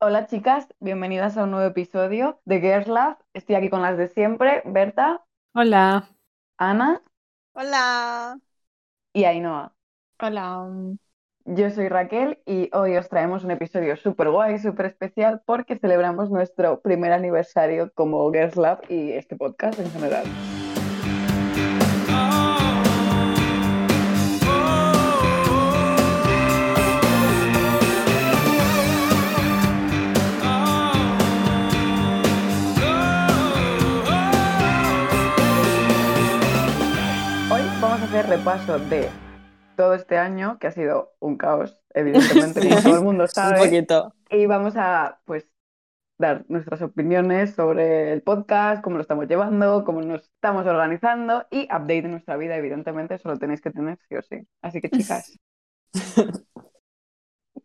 Hola chicas, bienvenidas a un nuevo episodio de Girl Lab. Estoy aquí con las de siempre, Berta, Hola. Ana Hola. y Ainhoa. Hola. um, Yo soy Raquel y hoy os traemos un episodio súper guay, súper especial porque celebramos nuestro primer aniversario como Girls Lab y este podcast en general. Hoy vamos a hacer repaso de todo este año, que ha sido un caos, evidentemente, Sí. como todo el mundo Un sabe. poquito. Y vamos a, pues, dar nuestras opiniones sobre el podcast, cómo lo estamos llevando, cómo nos estamos organizando y update de nuestra vida, evidentemente, eso lo tenéis que tener sí o sí. Así que, chicas,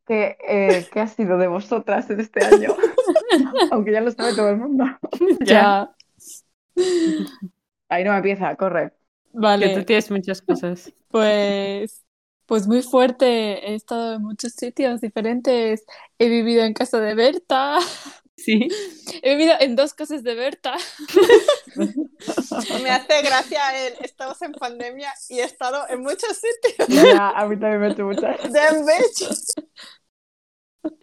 ¿qué, eh, qué ha sido de vosotras en este año? Aunque ya lo sabe todo el mundo. Ya. Ahí no empieza, corre. Que tú Vale, tienes muchas cosas. pues, pues muy fuerte. He estado en muchos sitios diferentes. He vivido en casa de Berta. Sí. He vivido en dos casas de Berta. Me hace gracia el estamos en pandemia y he estado en muchos sitios. Ya, a mí también me ha hecho muchas. Damn bitch.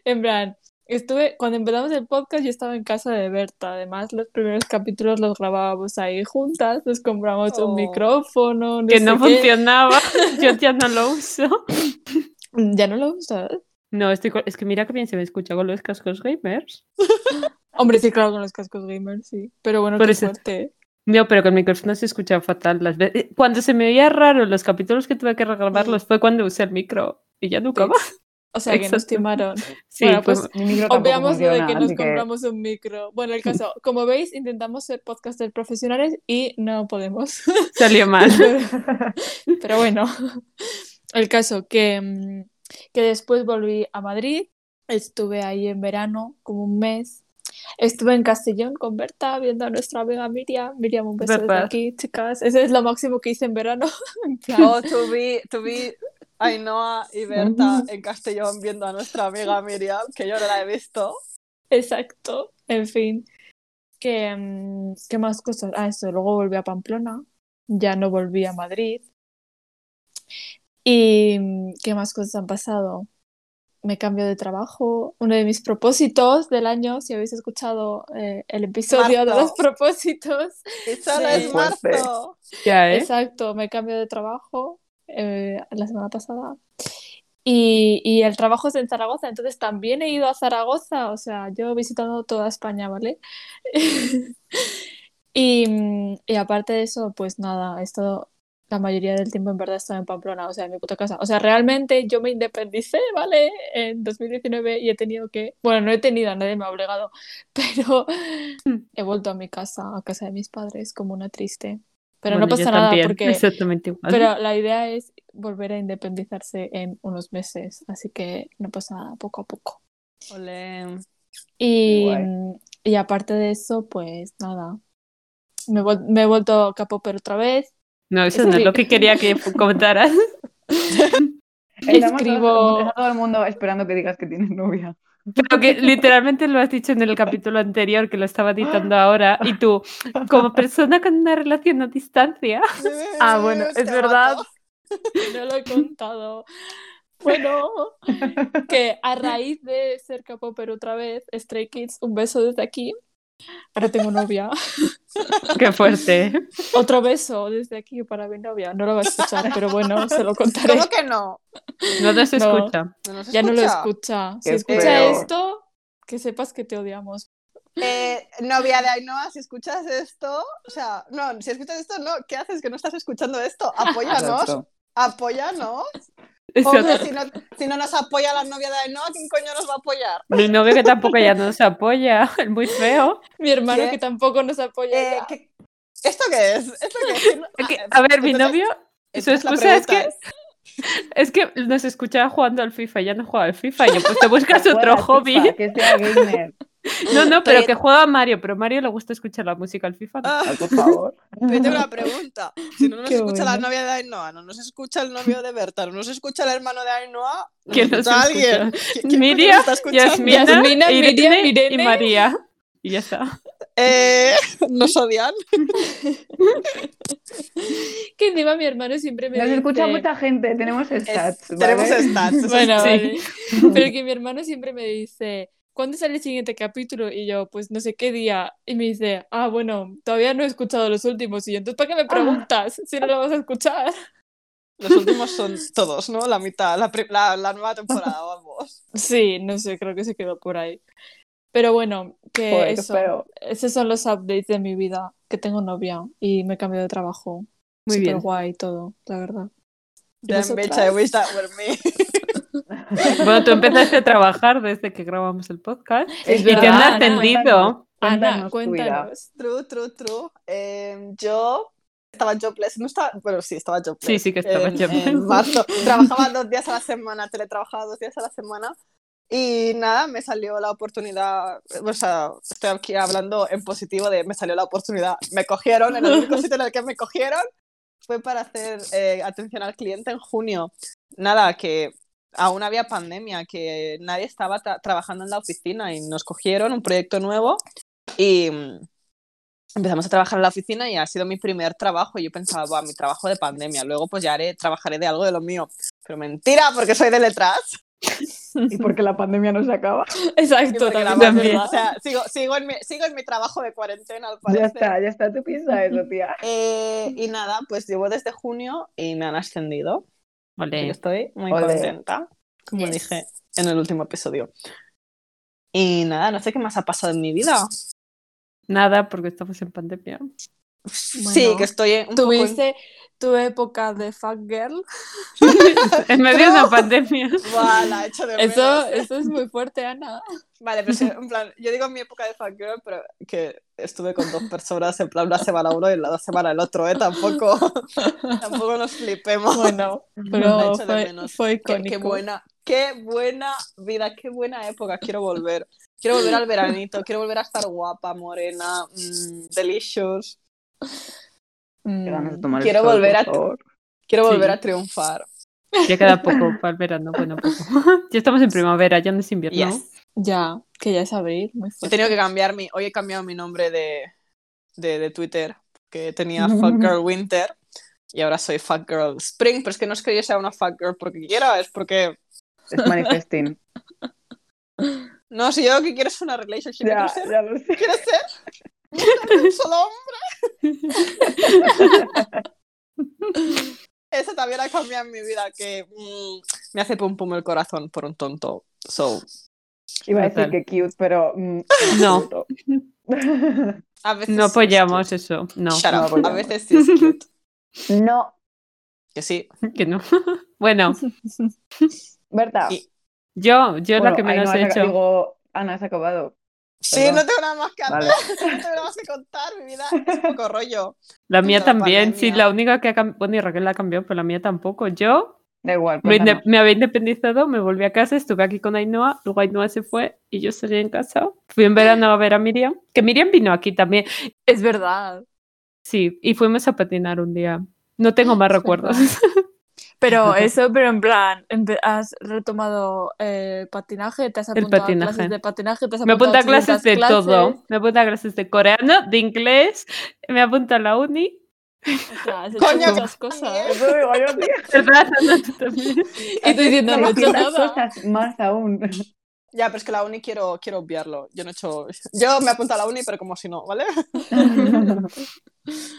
En plan, estuve, cuando empezamos el podcast, yo estaba en casa de Berta. Además, los primeros capítulos los grabábamos ahí juntas. Nos compramos Oh. un micrófono. No que sé no qué. funcionaba. Yo ya no lo uso. Mm, Ya no lo usas. No, estoy co- es que mira que bien se me escucha con los cascos gamers. Hombre, sí, claro, con los cascos gamers, sí. Pero bueno, Por qué eso- fuerte. No, pero con el micrófono se escuchaba fatal. Las ve- eh, Cuando se me oía raro los capítulos que tuve que regrabarlos fue cuando usé el micro. Y ya nunca más. O sea, que nos Exacto. timaron. Sí, Bueno, pues, pues, Mi micro tampoco Obviamos lo de funciona, que nos así que compramos un micro. Bueno, el caso, como veis, intentamos ser podcasters profesionales y no podemos. salió mal. Pero, pero bueno, el caso que, mm, que después volví a Madrid, estuve ahí en verano como un mes. Estuve en Castellón con Berta viendo a nuestra amiga Miriam. Miriam, un beso desde Verdad. aquí, chicas. Ese es lo máximo que hice en verano. En plan, Oh, to be, to be Ainhoa y Berta en Castellón viendo a nuestra amiga Miriam, que yo no la he visto. Exacto, en fin. Que, mm, ¿qué más cosas? Ah, eso, luego volví a Pamplona, ya no volví a Madrid. ¿Y mm, qué más cosas han pasado? Me cambio de trabajo. Uno de mis propósitos del año, si habéis escuchado eh, el episodio de Marzo. los propósitos. Y solo Sí. es Fuerte. marzo. Ya, ¿eh? Exacto, me cambio de trabajo eh, la semana pasada. Y, y el trabajo es en Zaragoza, entonces también he ido a Zaragoza, o sea, yo visitando toda España, ¿vale? Y, mm, y aparte de eso, pues nada, he estado la mayoría del tiempo en verdad he estado en Pamplona, o sea, en mi puta casa. O sea, realmente yo me independicé, ¿vale? En 2019 y he tenido que, bueno, no he tenido, nadie me ha obligado, pero he vuelto a mi casa, a casa de mis padres, como una triste. Pero Bueno, no yo pasa nada también, porque... Exactamente igual. Pero la idea es volver a independizarse en unos meses, así que no pasa nada, poco a poco. Qué Y, guay. y aparte de eso, pues nada, me, he vuel- me he vuelto capoper otra vez. No, eso Eso no es sí. lo que quería que comentaras. Estamos Escribo- todos- está todo el mundo esperando que digas que tienes novia. Pero que literalmente lo has dicho en el capítulo anterior, que lo estaba editando ahora, y tú, como persona con una relación a distancia, Ah, bueno, Te es verdad. mato. No lo he contado. Bueno, que a raíz de ser capoper otra vez, Stray Kids, un beso desde aquí. Ahora tengo novia. qué fuerte. Otro beso desde aquí para mi novia. No lo va a escuchar, pero bueno, se lo contaré. ¿Cómo que no? No nos No. escucha. ¿No nos Ya no lo escucha? escucha. Si Qué escucha feo. esto, que sepas que te odiamos. Eh, novia de Ainhoa, si escuchas esto, o sea, no, si escuchas esto, no, ¿qué haces que no estás escuchando esto? Apóyanos, Exacto. apóyanos. Hombre, Exacto. si no, si no nos apoya la novia de Ainhoa, ¿quién coño nos va a apoyar? Mi novio que tampoco ya nos apoya, el muy feo. Mi hermano ¿Qué? que tampoco nos apoya. Eh, ya. ¿qué- ¿Esto qué es? ¿Esto qué es? Es que, Ah, a ver, mi entonces, novio, su entonces la excusa es que, pregunta es que nos escuchaba jugando al FIFA, ya no juega al FIFA, y yo, pues te buscas Juega otro al FIFA, hobby. Que sea gamer. No, no, Pero- pero que juega a Mario, pero a Mario le gusta escuchar la música al FIFA. Ah, ¿no? Ay, por favor. Pero yo tengo una pregunta. Si no nos Qué escucha la bueno. novia de Ainhoa, no nos escucha el novio de Berta, no nos escucha el hermano de Ainhoa, no ¿Quién nos nos escucha escucha? alguien. ¿Qui- quién coño Miria, nos está escuchando? Yasmina, Yasmina, Irene Miriam, y Irene. María. Y ya está. Eh, nos odian. Que encima mi hermano siempre me Nos dice... escucha mucha gente, tenemos stats, ¿vale? Tenemos stats. eso Bueno, Sí. vale. Pero que mi hermano siempre me dice, ¿cuándo sale el siguiente capítulo? Y yo, pues no sé qué día. Y me dice, ah, bueno, todavía no he escuchado los últimos. Y yo, entonces, ¿para Ah. qué me preguntas si no lo vas a escuchar? Los últimos son todos, ¿no? La mitad, la, pri- la, la nueva temporada, vamos. Sí, no sé, creo que se quedó por ahí. Pero bueno, que Joder, qué eso, feo. esos son los updates de mi vida, que tengo novia y me cambio de trabajo. Muy Súper bien. guay todo, la verdad. ¿Y Damn vosotras? bitch, I wish that were me. Bueno, tú empezaste a trabajar desde que grabamos el podcast Es y te verdad, han Ah, Ana, ascendido. Ana, Cuéntanos tu vida. cuéntanos. True, true, true. Eh, yo estaba jobless, no estaba, bueno, sí, estaba jobless. Sí, sí que estaba en- jobless. en marzo. Trabajaba dos días a la semana, teletrabajaba dos días a la semana. Y nada, me salió la oportunidad, o sea, estoy aquí hablando en positivo de me salió la oportunidad, me cogieron, en el único sitio en el que me cogieron fue para hacer eh, atención al cliente en junio. Nada, que aún había pandemia, que nadie estaba tra- trabajando en la oficina y nos cogieron un proyecto nuevo y mm, empezamos a trabajar en la oficina y ha sido mi primer trabajo y yo pensaba, "Buah, mi trabajo de pandemia, luego pues ya haré, trabajaré de algo de lo mío. Pero mentira, porque soy de letras. Y porque la pandemia no se acaba. Y Exacto, porque la también, pandemia- ¿verdad? o sea, sigo, sigo, en mi, sigo en mi trabajo de cuarentena, al Ya parecer. está, ya está, tú piensa eso, tía. Eh, y nada, pues llevo desde junio y me han ascendido. Así que Ole. estoy muy Ole. contenta, como Yes. dije en el último episodio. Y nada, no sé qué más ha pasado en mi vida. Nada, porque estamos en pandemia. sí, Bueno, que estoy un poco en- ¿Tuviste tu época de fuck girl? En medio de una pandemia. Buah, la echo de Eso, menos. eso es muy fuerte, Ana. Vale, pero sí, en plan, yo digo en mi época de fangirl, pero que estuve con dos personas, en plan, una semana uno y la otra semana el otro, ¿eh? Tampoco, tampoco nos flipemos. Bueno, La pero mm, echo de fue, menos. fue qué, icónico. qué buena, qué buena vida, qué buena época, quiero volver. Quiero volver al veranito, quiero volver a estar guapa, morena, mm, delicious. Mm. Qué ganas de tomar el Quiero sol, volver por a- favor. Quiero Sí. volver a triunfar. Ya queda poco para el verano. Bueno, poco. Ya estamos en primavera, ya no es invierno. Yes. Ya, que ya es abril, muy He fuerte. tenido que cambiar mi, hoy he cambiado mi nombre de, de, de Twitter, que tenía Fuck Girl Winter y ahora soy Fuck Girl Spring, pero es que no es que yo sea una Fuck Girl porque quiera, es porque... Es manifesting. No, si yo lo que quiero es una relationship, Ya, quiero ser, ya lo sé. quiero ser un solo hombre. Eso también ha cambiado en mi vida, que mm, me hace pum pum el corazón por un tonto. So, Iba a decir que Total. cute, pero. mm, No. absoluto. a veces No sí es apoyamos eso. No, cute. Shut no up. A apoyamos. veces sí es cute. No. Que sí. que no. Bueno, Berta. Y- yo, yo es la Bueno, que ahí menos no he has aca- hecho. Digo, Ana, has acabado. Sí, Perdón. no tengo nada más que hacer, Vale. no tengo nada más que contar, mi vida es un poco rollo. La mía La también, sí, pandemia. la única que ha cambiado, bueno, y Raquel la cambió, pero la mía tampoco. Yo Da igual. pues me, cuéntanos. inde- me había independizado, me volví a casa, estuve aquí con Ainhoa, luego Ainhoa se fue y yo salí en casa. Fui en verano a ver a Miriam, que Miriam vino aquí también, Es verdad. sí, y fuimos a patinar un día. No tengo más Es recuerdos. Pero eso, pero en plan, empe- has retomado eh, patinaje, te has apuntado a patinaje. clases de patinaje, te has Me apunta a apuntado clases 800 de todo. clases. Me apunta a clases de coreano, de inglés, me apunta a la uni. O sea, has hecho Coño, muchas cosas. Eso Pues digo yo, tía. ¿Verdad? Ana? Tú también. Y tú diciendo, no he hecho Distintas nada. cosas más aún. Ya, pero es que la uni quiero, quiero obviarlo. Yo no he hecho. Yo me apunto a la uni, pero como si no, ¿vale?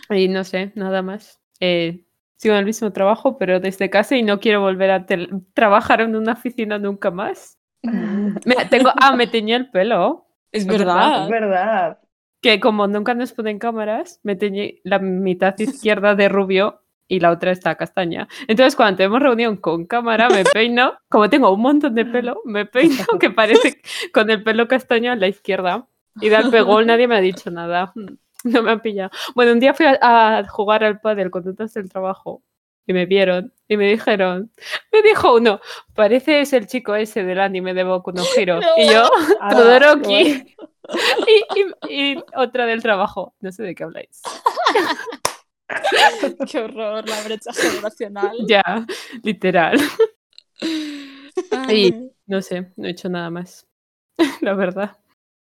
Y no sé, nada más. Eh, sigo en el mismo trabajo, pero desde casa y no quiero volver a tel- trabajar en una oficina nunca más. Mira, tengo, ah, me teñí el pelo. Es Es verdad. verdad. Que como nunca nos ponen cámaras, me teñí la mitad izquierda de rubio y la otra está castaña. Entonces, cuando tenemos reunión con cámara, me peino. Como tengo un montón de pelo, me peino que parece con el pelo castaño a la izquierda. Y de al pegol nadie me ha dicho nada. No me han pillado. Bueno, un día fui a, a jugar al pádel con tantas del trabajo y me vieron y me dijeron, me dijo uno, pareces el chico ese del anime de Boku no Hero. Y yo, Ahora, Todoroki. Y, y- y otra del trabajo. No sé de qué habláis. Qué horror, la brecha generacional. Ya, literal. Ay, No sé, no he hecho nada más. La verdad.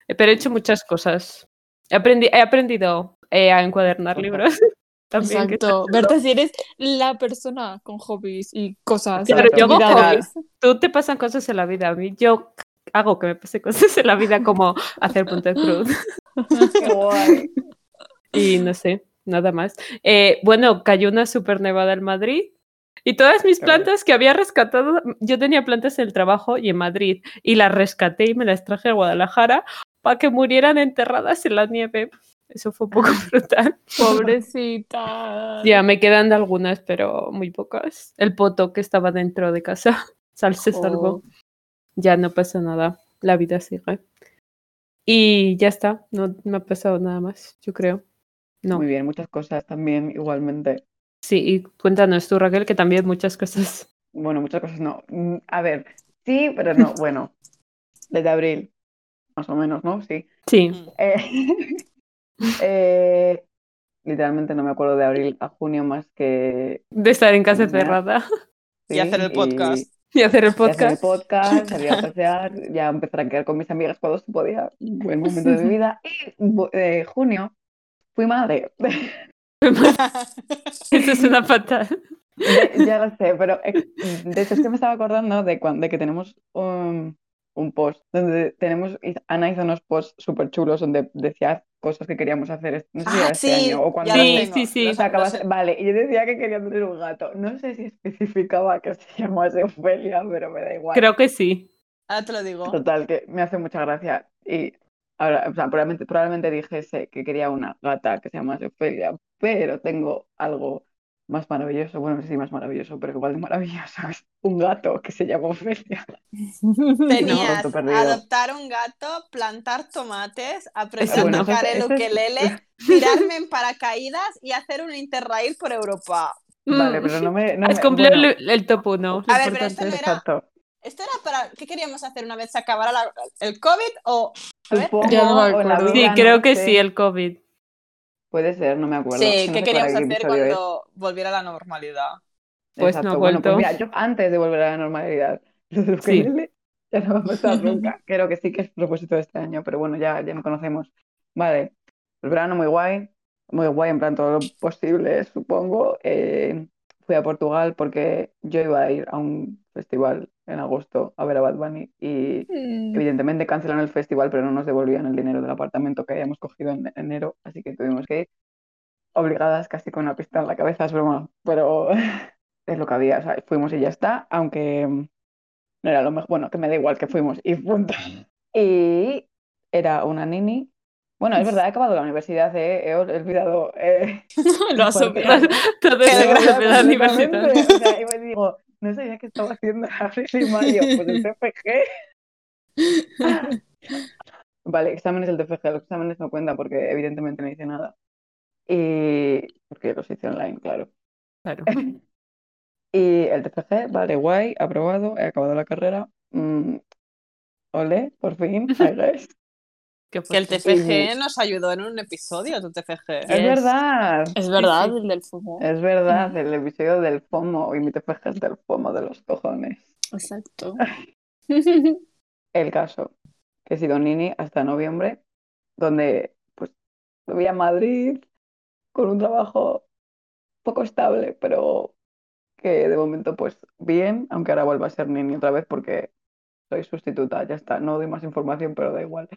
Eh, Pero he hecho muchas cosas. He, aprendi- he aprendido eh, a encuadernar Ajá. libros. También, que Exacto. Berta, si eres la persona con hobbies y cosas. Claro, yo hago actividades. tú te pasan cosas en la vida. A mí yo hago que me pase cosas en la vida como hacer punta de cruz. Qué guay. Y no sé, nada más. Eh, bueno, cayó una super nevada en Madrid. Y todas mis Qué bueno. plantas que había rescatado, yo tenía plantas en el trabajo y en Madrid, y las rescaté y me las traje a Guadalajara para que murieran enterradas en la nieve. Eso fue un poco brutal. Pobrecita. Ya, me quedan de algunas, pero muy pocas. El poto que estaba dentro de casa, sal se salvó. Oh. Ya no pasa nada, la vida sigue. Y ya está, no me ha pasado nada más, yo creo. No. Muy bien, muchas cosas también igualmente. Sí, y cuéntanos tú, Raquel, que también muchas cosas. Bueno, muchas cosas no. Mm, A ver, sí, pero no. Bueno, desde abril, más o menos, ¿no? Sí. Sí, Eh, eh, literalmente no me acuerdo de abril a junio más que de estar en casa Pues Ya. cerrada Y hacer el podcast. y hacer y hacer el el podcast. podcast, salir a pasear, ya empezar a quedar con mis amigas cuando se podía, un buen momento de mi vida. Y bu- eh, junio fui madre. Eso es una patada. De- Ya lo sé, pero eh, de hecho es que me estaba acordando de, cuan- de que tenemos un, un post donde tenemos, Ana hizo unos posts súper chulos donde decía cosas que queríamos hacer, no sé si Ah, era este sí, año o cuando ya los Sí, tengo, sí, sí. los- o sea, acabas- los- Vale, y yo decía que quería tener un gato. No sé si especificaba que se llamase Ofelia, pero me da igual. Creo que sí. Ahora te lo digo. Total, que me hace mucha gracia. Y ahora, o sea, probablemente, probablemente dijese que quería una gata que se llamase Ofelia, pero tengo algo más maravilloso. Bueno, no sé si más maravilloso, pero igual de maravilloso. Es un gato que se llama Ofelia. Tenías tonto perdido. adoptar un gato, plantar tomates, aprender Eso no. a tocar el Eso es- ukelele, tirarme en paracaídas y hacer un interrail por Europa. Vale, Mm, pero no me. no Has me- cumplido bueno, el, el top 1. A ver, pero este no era- Exacto. ¿Esto era para qué queríamos hacer una vez se acabara la- el COVID o A ver. Supongo, Ya no me o en la acuerdo. Sí, vida, creo no que sé. sí, el COVID. Puede ser, no me acuerdo. sí, No qué sé queríamos cuál hacer episodio es. cuando volviera la normalidad? Pues no ha Exacto. Bueno, pues vuelto. mira, yo antes de volver a la normalidad, lo del Sí. ukelele ya no va a pasar nunca. Creo que sí que es propósito de este año, pero bueno, ya, ya me conocemos. Vale, el verano muy guay, muy guay en plan todo lo posible, supongo. Eh, fui a Portugal porque yo iba a ir a un festival en agosto a ver a Bad Bunny y Mm. evidentemente cancelaron el festival, pero no nos devolvían el dinero del apartamento que habíamos cogido en enero, así que tuvimos que ir obligadas casi con una pista en la cabeza, es broma, pero es lo que había, o sea, fuimos y ya está, aunque mm, no era lo mejor, bueno, que me da igual que fuimos y punto. Y era una nini. Bueno, es verdad, he acabado la universidad, eh, he olvidado eh, Lo has obviado. Todo me eso he olvidado de la universidad. completamente, pues, o sea, y me digo, no sabía qué estaba haciendo en abril y mayo, pues el TFG. Vale, exámenes del TFG, los exámenes no cuentan porque evidentemente no hice nada. Y porque los hice online, claro. Claro. Y el TFG, vale, guay, aprobado, he acabado la carrera. Mm, ole, por fin, I guess. Qué Que el fuerte. TFG nos ayudó en un episodio, tu TFG. Es Yes. Mm. verdad, Es verdad, Sí, el del fumo. es verdad, el episodio del FOMO y mi TFG es del FOMO de los cojones. Exacto. El caso, que he sido nini hasta noviembre, donde pues me voy a Madrid con un trabajo poco estable, pero que de momento pues bien, aunque ahora vuelva a ser nini otra vez porque soy sustituta, ya está, no doy más información, pero da igual.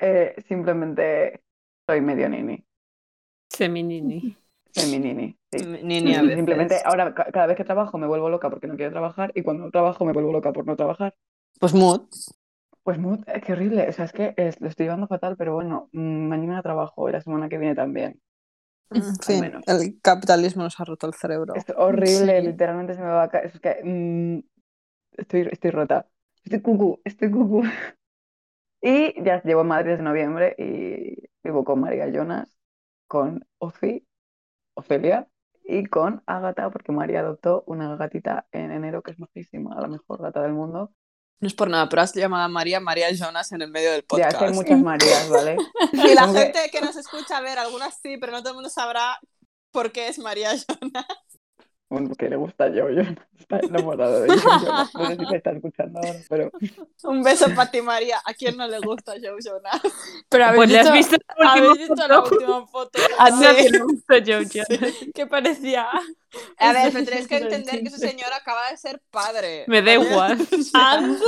Eh, simplemente soy medio nini, Seminini. Pues, semi nini, sí. Ni, ni a veces. Simplemente oh. ahora ca- cada vez que trabajo me vuelvo loca porque no quiero trabajar y cuando no trabajo me vuelvo loca por no trabajar. Pues mood. Pues mood, eh, qué horrible. O sea, es que es- lo estoy llevando fatal, pero bueno, mm, mañana trabajo y la semana que viene también. En fin, fin, el capitalismo nos ha roto el cerebro. Es horrible, Sí. literalmente se me va a caer. Es que mm, estoy, estoy rota. Estoy cucú, estoy cucú. Y ya llevo en Madrid desde noviembre y vivo con María Jonas, con Ofi, Ofelia y con Ágata, porque María adoptó una gatita en enero que es majísima, la mejor gata del mundo. No es por nada, pero has llamado a María María Jonas en el medio del Ya, es podcast. que hay muchas Marías, ¿vale? Y la Como que- gente que nos escucha, a ver, algunas sí, pero no todo el mundo sabrá por qué es María Jonas. Bueno, que le gusta yo, yo está enamorado de Joe Jonas. No sé si me está escuchando ahora, pero Un beso para ti, María. ¿A quién no le gusta Joe Jonas? Pero habéis Pues le has visto- visto la última ¿Habéis visto la foto? Ah, última foto? A Sí. nadie le gusta Joe Jonas. que parecía. Ah. A ver, pero tenéis que entender que ese señor acaba de ser padre. Me da igual. ¿Ando?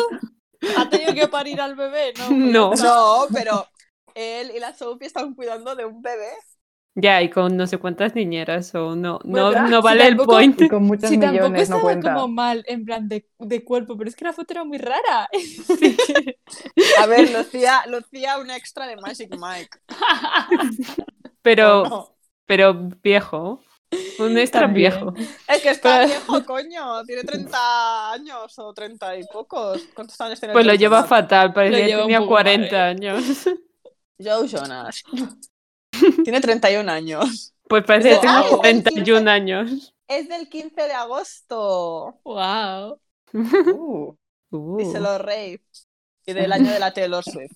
¿Ha tenido que parir al bebé? No. No. No, pero él y la Sophie están cuidando de un bebé. Ya, y con no sé cuántas niñeras o no, no, Bueno, no si vale el tampoco- point. y con muchos Si tampoco millones no estaba cuenta. como mal, en plan de, de cuerpo, pero es que la foto era muy rara. A ver, Lucía, Lucía un extra de Magic Mike. Pero, ¿o no? pero viejo. Un extra También. viejo. Es que está Pero- viejo, coño. Tiene 30 años o 30 y pocos. ¿Cuántos años tiene? Pues lo Joe lleva Jonas? fatal, parecía que lleva un tenía poco mal, 40 ¿eh? años. Joe Jonas. tiene 31 años. Pues parece que Pero- tengo ¡Ay, es el 41 15! años. Es del 15 de agosto. wow. Uh, Uh, Dice lo rey. Y del año de la Taylor Swift.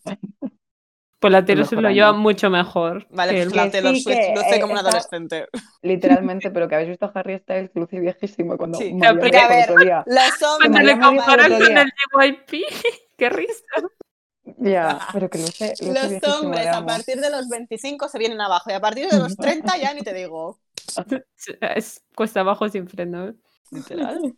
Pues la tele Mejor se lo lleva año. mucho mejor. Vale, que pues él. la Que Taylor sí, Swift que, luce eh, como un está- adolescente. literalmente, pero que habéis visto a Harry Styles luce viejísimo cuando Sí. María Pero, dijo a ver, otro día. Los hombres. Cuando María le me dijo el comparan otro con día. el JYP, qué risa. Ya, pero que luce, luce Los viejísimo, hombres le a amo. partir de los 25 se vienen abajo y a partir de los 30 ya ni te digo. Es cuesta abajo sin freno. Literal.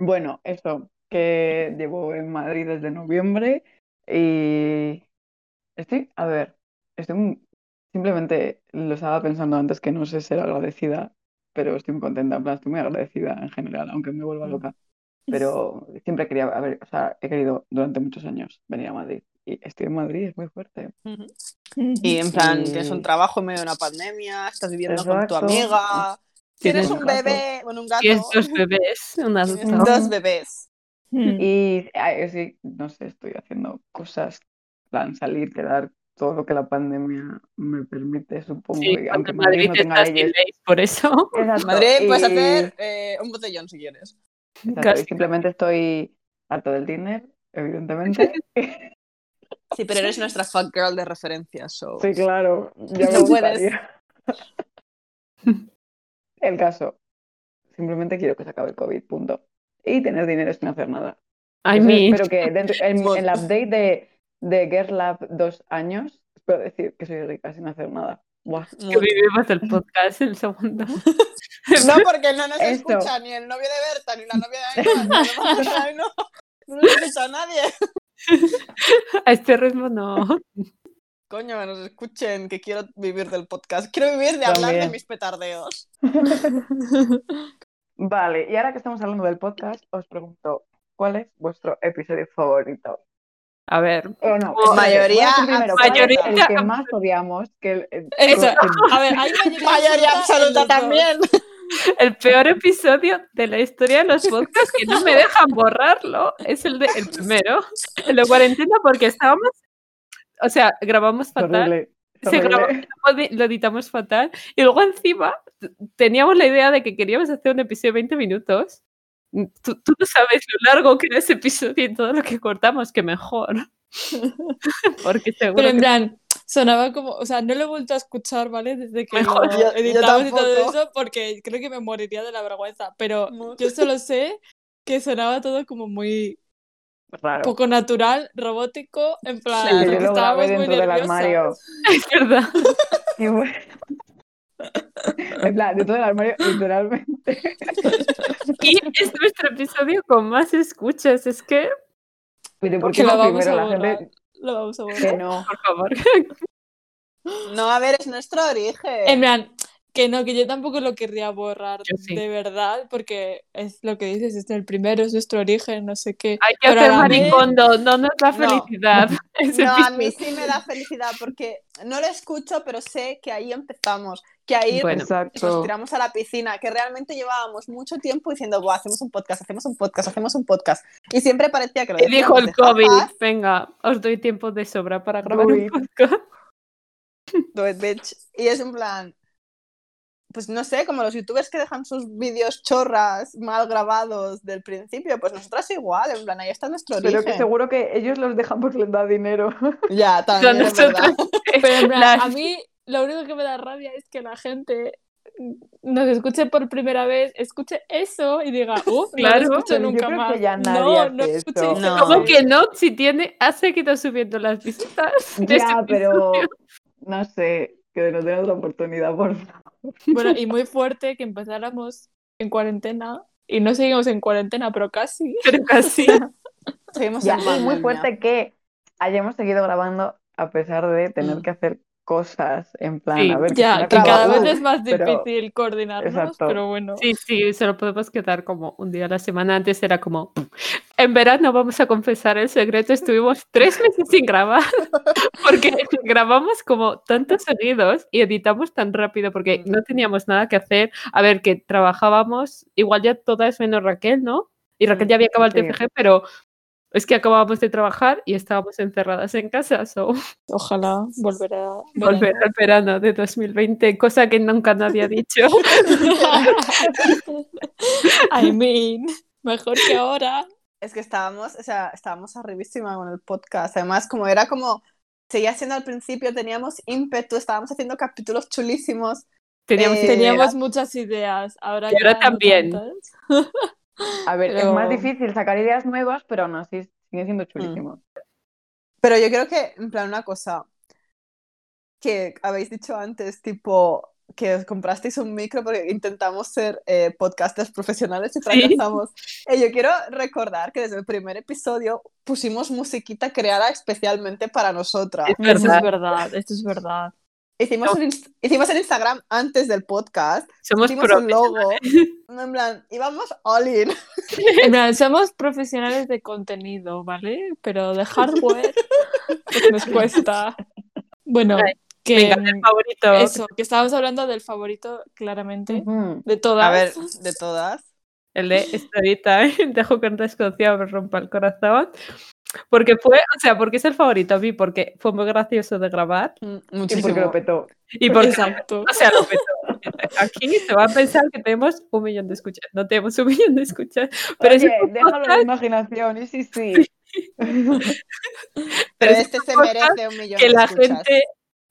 Bueno, eso, que llevo en Madrid desde noviembre y estoy, a ver, estoy un- simplemente lo estaba pensando antes que no sé ser agradecida, pero estoy muy contenta, en plan, estoy muy agradecida en general, aunque me vuelva loca. Pero siempre quería, a ver, o sea, he querido durante muchos años venir a Madrid y estoy en Madrid, es muy fuerte. Y en plan, Y- tienes un trabajo en medio de una pandemia, estás viviendo con tu Exacto. amiga, tienes Tienes un un gato. bebé, bueno, Ah, un gato, Tienes dos bebés, una tienes ¿no? dos bebés. Mm. Y ay, es que, no sé, estoy haciendo cosas, plan salir, quedar, todo lo que la pandemia me permite, supongo, Sí, y cuando aunque Madrid Madrid no tenga está sin leyes. ley, por eso. Exacto, Madrid, puedes y- hacer eh, un botellón si quieres. exacto, y casi. simplemente estoy harto del Tinder, evidentemente. Sí, pero eres nuestra fuck girl de referencia, so. Sí, claro, ya me No puedes. gustaría. El caso, simplemente quiero que se acabe el COVID, punto. Y tener dinero sin hacer nada. I Eso mean, espero que dentro- en, Mod- en la update de, de Girl Lab dos años, espero decir que soy rica sin hacer nada. Buah. que vivimos el podcast el segundo. No, porque no nos Esto. escucha ni el novio de Berta, ni la novia de Ainhoa, ni la mamá de Ainhoa. no nos escucha nadie. A este ritmo no. Coño, que nos escuchen, que quiero vivir del podcast. Quiero vivir de hablar de También. mis petardeos. Vale, y ahora que estamos hablando del podcast, os pregunto, ¿cuál es vuestro episodio favorito? A ver, O no, Oh, espérate, mayoría voy a decir primero, ¿cuál es absoluta. el que más odiamos, que el, el- Eso. el- A ver, hay mayoría, Mayoría absoluta absoluta en los dos. también. el peor episodio de la historia de los podcasts que no me dejan borrarlo es el de el primero, el de cuarentena, porque estábamos, o sea, grabamos fatal, horrible, Se horrible. grabó. lo editamos fatal, y luego encima t- teníamos la idea de que queríamos hacer un episodio de 20 minutos. Tú, tú no sabes lo largo que era ese episodio y todo lo que cortamos, que mejor. Porque seguro Pero en que- plan, sonaba como, o sea, no lo he vuelto a escuchar, ¿vale? Desde que Mejor. lo Yo- yo editamos y todo tampoco. eso, porque creo que me moriría de la vergüenza. Pero Mu- yo solo sé que sonaba todo como muy Raro. poco natural, robótico, en plan, Sí, que yo que lo grabé estábamos muy dentro del nerviosas. armario. es verdad. Y bueno. En plan, dentro del armario, literalmente. Y es nuestro episodio con más escuchas, es que, Pero ¿por Que qué lo no vamos primero a la borrar. gente? Lo vamos a Que borrar. no. por favor. No, a ver, es nuestro origen. En plan, que no, que yo tampoco lo querría borrar Yo sí. de verdad, porque es lo que dices, es el primero, es nuestro origen, no sé qué. Hay que Pero hacer a la vez- maricondo, no nos da No. felicidad. ese No, a mí episodio. sí me da felicidad porque no lo escucho, pero sé que ahí empezamos, que ahí Bueno. Exacto. nos tiramos a la piscina, que realmente llevábamos mucho tiempo diciendo, "Buah, hacemos un podcast, hacemos un podcast, hacemos un podcast. Y siempre parecía que lo Y dijo decíamos el de jajas, COVID, venga, os doy tiempo de sobra para grabar Do un it. podcast. do it, bitch. Y es en plan, pues no sé, como los youtubers que dejan sus vídeos chorras mal grabados del principio, pues nosotras igual, en plan, ahí está nuestro Pero origen. que seguro que ellos los dejan porque les da dinero. Ya, Son también es nosotras. verdad. Pero en plan, Las- a mí lo único que me da rabia es que la gente nos escuche por primera vez, escuche eso y diga, uff, Claro, no lo escucho pero yo nunca creo más. que ya nadie no, hace no eso. escuchéis No. eso. ¿Cómo que no? Si tiene, ha seguido subiendo las visitas. de este ya, pero episodio. no sé, que nos den otra oportunidad, por favor. Bueno, y muy fuerte que empezáramos en cuarentena y no seguimos en cuarentena, pero casi. Pero casi. Seguimos Ya, en y muy pandemia. fuerte que hayamos seguido grabando a pesar de tener Mm. que hacer cosas en plan, Sí, a ver, Ya, suena que como, cada uh, vez es más pero- difícil coordinarnos, Exacto. pero bueno. Sí, sí, se lo podemos quedar como un día a la semana. Antes era como, en verano vamos a confesar el secreto. Estuvimos tres meses sin grabar porque grabamos como tantos sonidos y editamos tan rápido porque no teníamos nada que hacer. A ver, que trabajábamos, igual ya todas menos Raquel, ¿no? Y Raquel ya había acabado el Sí. TFG, pero es que acabábamos de trabajar y estábamos encerradas en casa. So. Ojalá volverá. Volver al verano de 2020, cosa que nunca nadie ha dicho. I mean, mejor que ahora. Es que estábamos, o sea, estábamos arribísima con el podcast. Además, como era como, seguía siendo al principio, teníamos ímpetu, estábamos haciendo capítulos chulísimos. Teníamos Eh, ah. Teníamos muchas ideas. Ahora, Y ahora ya no también. tantas. A ver, es Pero- más difícil sacar ideas nuevas, pero aún así sigue siendo chulísimo. Pero yo creo que, en plan, una cosa que habéis dicho antes, tipo, que os comprasteis un micro porque intentamos ser eh, podcasters profesionales y fracasamos. Eh, yo quiero recordar que desde el primer episodio pusimos musiquita creada especialmente para nosotras. Es Esto verdad, es verdad, esto es verdad. Hicimos, un inst- hicimos el Instagram antes del podcast, somos hicimos pro. un logo, en plan, íbamos all in. En plan, somos profesionales de contenido, ¿vale? Pero de hardware pues nos cuesta. Bueno, Ay, que Venga, mm, el favorito. eso, que estábamos hablando del favorito, claramente, Ujú. de todas. A ver, de todas. El de esta ahorita, ¿eh? dejo que un desconfiado me rompa el corazón. Porque fue, o sea, porque es el favorito a mí, porque fue muy gracioso de grabar Y Muchísimo. porque lo petó. y Ah, porque, Exacto. o sea, lo petó. Aquí se va a pensar que tenemos un millón de escuchas. No tenemos un millón de escuchas, pero es Oye, un déjalo a la podcast imaginación, y sí, sí. Pero es este se cosa merece un millón que de la escuchas. gente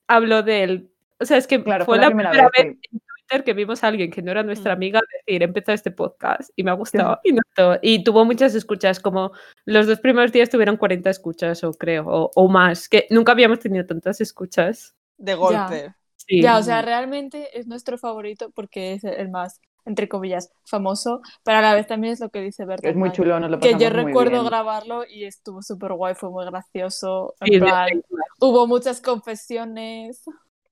habló de él. O sea, es que Claro, fue, la primera, vez sí. Twitter que vimos a alguien que no era nuestra Mm. amiga decir, empezó este podcast y me ha gustado. Y, no to- y tuvo muchas escuchas, como los dos primeros días tuvieron 40 escuchas o creo, o, o más, que nunca habíamos tenido tantas escuchas. De golpe. Sí. Ya, o sea, realmente es nuestro favorito porque es el más, entre comillas, famoso, pero a la vez también es lo que dice Berta. Es muy chulo, nos lo Que pasamos yo muy recuerdo bien. grabarlo y estuvo súper guay, fue muy gracioso. en Sí, de- plan, hubo muchas confesiones.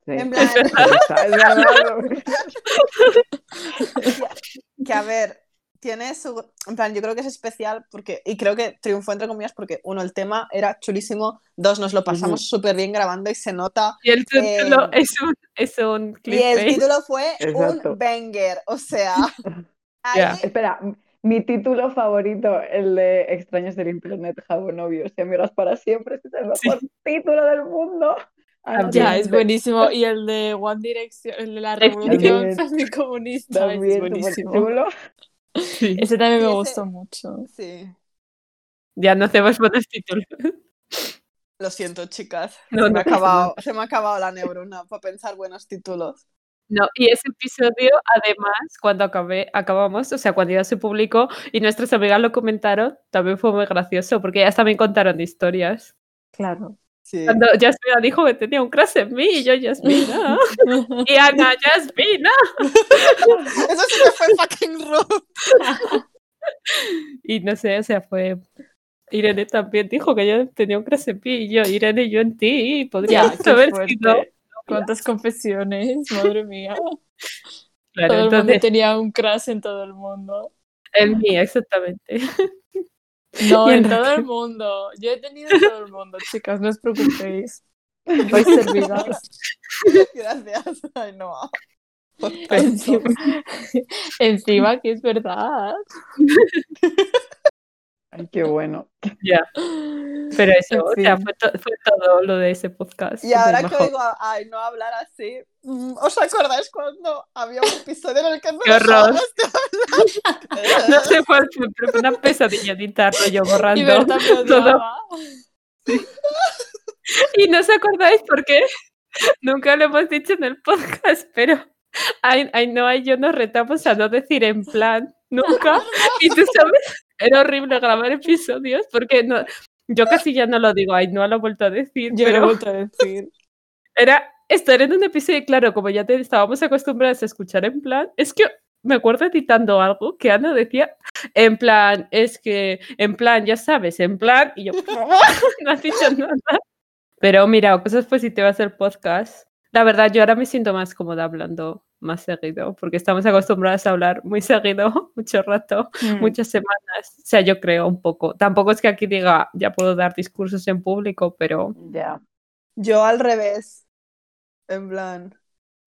Sí. En plan, Es verdad. que a ver, tiene su... En plan, yo creo que es especial porque... Y creo que triunfó entre comillas porque, uno, el tema era chulísimo. Dos, nos lo pasamos súper bien grabando y se nota. y el título eh, es un, es un Y el clickbait. título fue Exacto. un banger. O sea... ahí- Ya. Espera, mi título favorito, el de Extraños del Internet, Jabo novios y amigas para siempre, ese es el mejor título del mundo. Ah, no, Ya, tiene es que- buenísimo. Y el de One Direction, el de la revolución También. feminicomunista, ese es También, buenísimo. superchulo. Sí. Ese también me Y ese- gustó mucho. Sí. Ya no hacemos buenos títulos. Lo siento, chicas. No, se, no me ha pasa acabado, se me ha acabado la neurona para pensar buenos títulos. No, y ese episodio, además, cuando acabé, acabamos, o sea, cuando ya se publicó y nuestras amigas lo comentaron, también fue muy gracioso, porque ellas también contaron historias. Claro. Sí. Cuando Jasmina dijo que tenía un crush en mí, y yo, Jasmina. y Ana, Jasmina. Eso sí que fue fucking rude. Y no sé, o sea, fue. Irene también dijo que yo tenía un crush en mí, y yo, Irene, yo en ti, y Ya, podrías qué haber fuerte. sido. Cuántas confesiones, madre mía. Claro, todo el mundo entonces, tenía un crush en todo el mundo. en mí, exactamente. No, Y en en todo Raquel. el mundo. Yo he tenido en todo el mundo, chicas, no os preocupéis. Vais servidas. Gracias. Ay, no. Encima, encima que es verdad. Ay, qué bueno. Pero eso, o En sea, fin. fue, to- fue todo lo de ese podcast. Y ahora que Supermajo. oigo a ay, no hablar así, mm, ¿os acordáis cuando había un episodio en el que no Qué horror. hablábamos de hablar? No sé cuál fue, pero fue una pesadilla editar rollo Y borrando. Berta me Todo. odiaba. Y no os acordáis por qué. Nunca lo hemos dicho en el podcast, pero Ai- Ainhoa y yo nos retamos a no decir en plan nunca. Y tú sabes, era horrible grabar episodios porque no, yo casi ya no lo digo. Ainhoa lo ha vuelto a decir, Yo pero lo he vuelto a decir. era estar en un episodio, y claro, como ya te estábamos acostumbrados a escuchar en plan, es que me acuerdo editando algo que Ana decía, en plan, es que, en plan, ya sabes, en plan, y yo, por favor, no has dicho nada. Pero mira, pues cosas positivas del podcast. La verdad, yo ahora me siento más cómoda hablando más seguido, porque estamos acostumbradas a hablar muy seguido, mucho rato, muchas semanas. O sea, yo creo un poco. Tampoco es que aquí diga, ya puedo dar discursos en público, pero Ya. Yo al revés. En plan,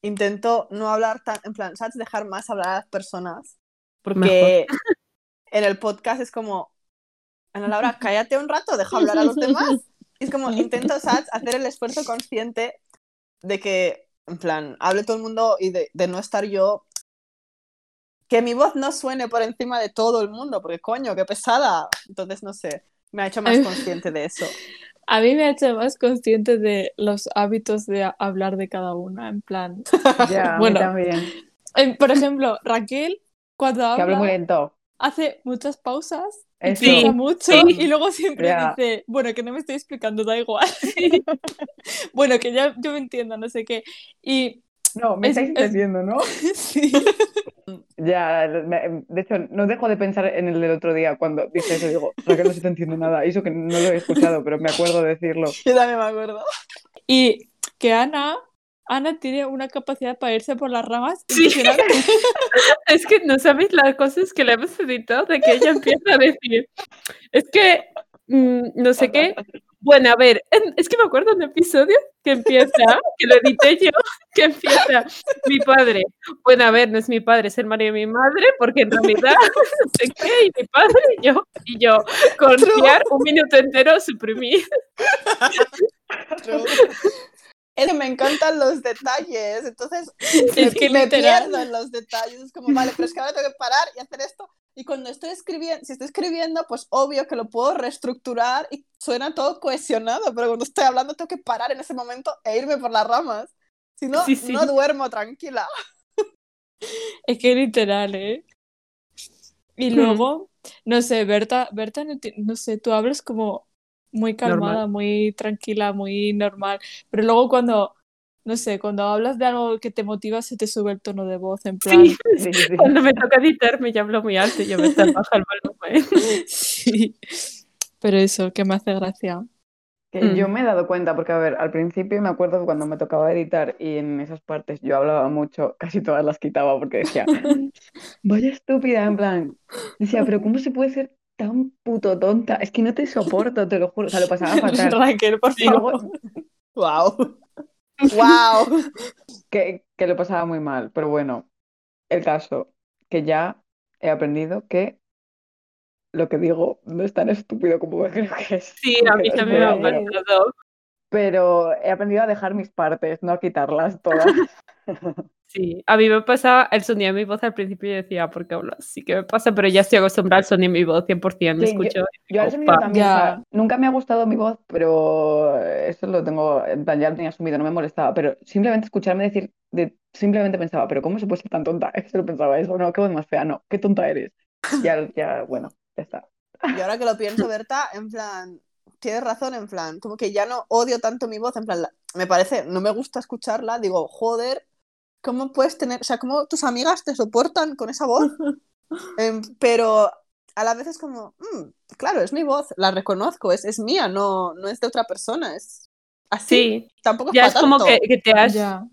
intento no hablar tan. En plan, ¿sabes? Dejar más hablar a las personas. mejor. Porque en el podcast es como. Ana Laura, cállate un rato, deja hablar a los demás. Y es como, intento, ¿sabes? Hacer el esfuerzo consciente de que, en plan, hable todo el mundo y de, de no estar yo. Que mi voz no suene por encima de todo el mundo, porque coño, qué pesada. Entonces, no sé, me ha hecho más consciente de eso. A mí me ha hecho más consciente de los hábitos de a- hablar de cada una, en plan. Ya, a mí Bueno. también. en- por ejemplo, Raquel, cuando Que hablo muy habla, lento. hace muchas pausas, y Eso. piensa mucho, sí. y luego siempre Ya. dice, bueno, que no me estoy explicando, da igual. bueno, que ya yo me entiendo, no sé qué. Y No, me Es- estáis es- entendiendo, ¿no? sí. Ya, me- de hecho, no dejo de pensar en el del otro día cuando dije eso. Digo, Raquel no se te entiende nada. Y eso que no lo he escuchado, pero me acuerdo de decirlo. Yo también me acuerdo. Y que Ana, Ana tiene una capacidad para irse por las ramas Sí. impresionante. Es que no sabéis las cosas que le hemos editado de que ella empieza a decir. Es que mm, no sé qué. Bueno, a ver, en- es que me acuerdo de un episodio que empieza, que lo edité yo, que empieza mi padre. Bueno, a ver, no es mi padre, es el marido de mi madre, porque en realidad no sé qué, y mi padre y yo, y yo, cortear un minuto entero, suprimir. Es que me encantan los detalles, entonces Es me, que me literal. pierdo en los detalles. Es como, vale, pero es que ahora tengo que parar y hacer esto. Y cuando estoy escribiendo, si estoy escribiendo, pues obvio que lo puedo reestructurar y suena todo cohesionado, pero cuando estoy hablando tengo que parar en ese momento e irme por las ramas. Si no, Sí, sí. no duermo tranquila. Es que literal, ¿eh? Y Hmm. luego, no sé, Berta, Berta, no, ti- no sé, tú hablas como muy calmada, muy tranquila, muy normal, pero luego cuando, no sé, cuando hablas de algo que te motiva, se te sube el tono de voz, en plan, Sí, Sí, sí. cuando me toca editarme, ya hablo muy alto, y yo me está baja el volumen. sí. Pero eso, que me hace gracia. Que Mm. yo me he dado cuenta, porque a ver, al principio me acuerdo que cuando me tocaba editar y en esas partes yo hablaba mucho, casi todas las quitaba porque decía, vaya estúpida, en plan, decía, pero ¿cómo se puede ser tan puto tonta? Es que no te soporto, te lo juro, o sea, lo pasaba fatal. Raquel, por Y luego, favor. ¡Wow! ¡Wow! que, que lo pasaba muy mal, pero bueno, el caso, que ya he aprendido que lo que digo no es tan estúpido como creo que es. Sí, a porque mí no es también me muy ha malo. pasado. Pero he aprendido a dejar mis partes, no a quitarlas todas. Sí, a mí me pasaba el sonido de mi voz al principio y decía, "Ah, ¿por qué hablo así? ¿Qué me pasa? Pero ya estoy acostumbrada al sonido de mi voz 100%, me Sí, yo- escucho. Yo al sonido Opa. también, o sea, Ya. nunca me ha gustado mi voz, pero eso lo tengo, en plan, ya lo tenía asumido, no me molestaba, pero simplemente escucharme decir, de- simplemente pensaba, pero ¿cómo se puede ser tan tonta? Solo pensaba eso, no, qué voz más fea, no, qué tonta eres. Ya, ya, bueno, ya está. Y ahora que lo pienso, Berta, en plan, tienes razón, en plan, como que ya no odio tanto mi voz, en plan, la- me parece, no me gusta escucharla, digo, joder, ¿cómo puedes tener, o sea, cómo tus amigas te soportan con esa voz? Em, pero a la vez es como, "Mm, claro, es mi voz, la reconozco, es, es mía, no, no es de otra persona, es Sí, así, tampoco ya pa' es como tanto. que, que te has, Ya.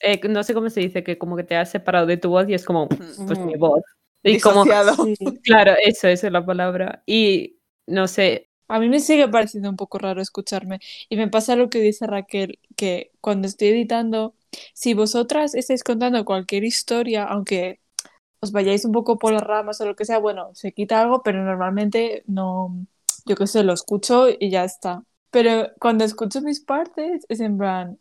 eh, no sé cómo se dice, que como que te has separado de tu voz y es como, pues mi voz. Y como, Disociado. Sí. claro, eso, eso es la palabra. Y no sé, A mí me sigue pareciendo un poco raro escucharme. Y me pasa lo que dice Raquel, que cuando estoy editando, si vosotras estáis contando cualquier historia, aunque os vayáis un poco por las ramas o lo que sea, bueno, se quita algo, pero normalmente no, yo qué sé, lo escucho y ya está. Pero cuando escucho mis partes es en plan,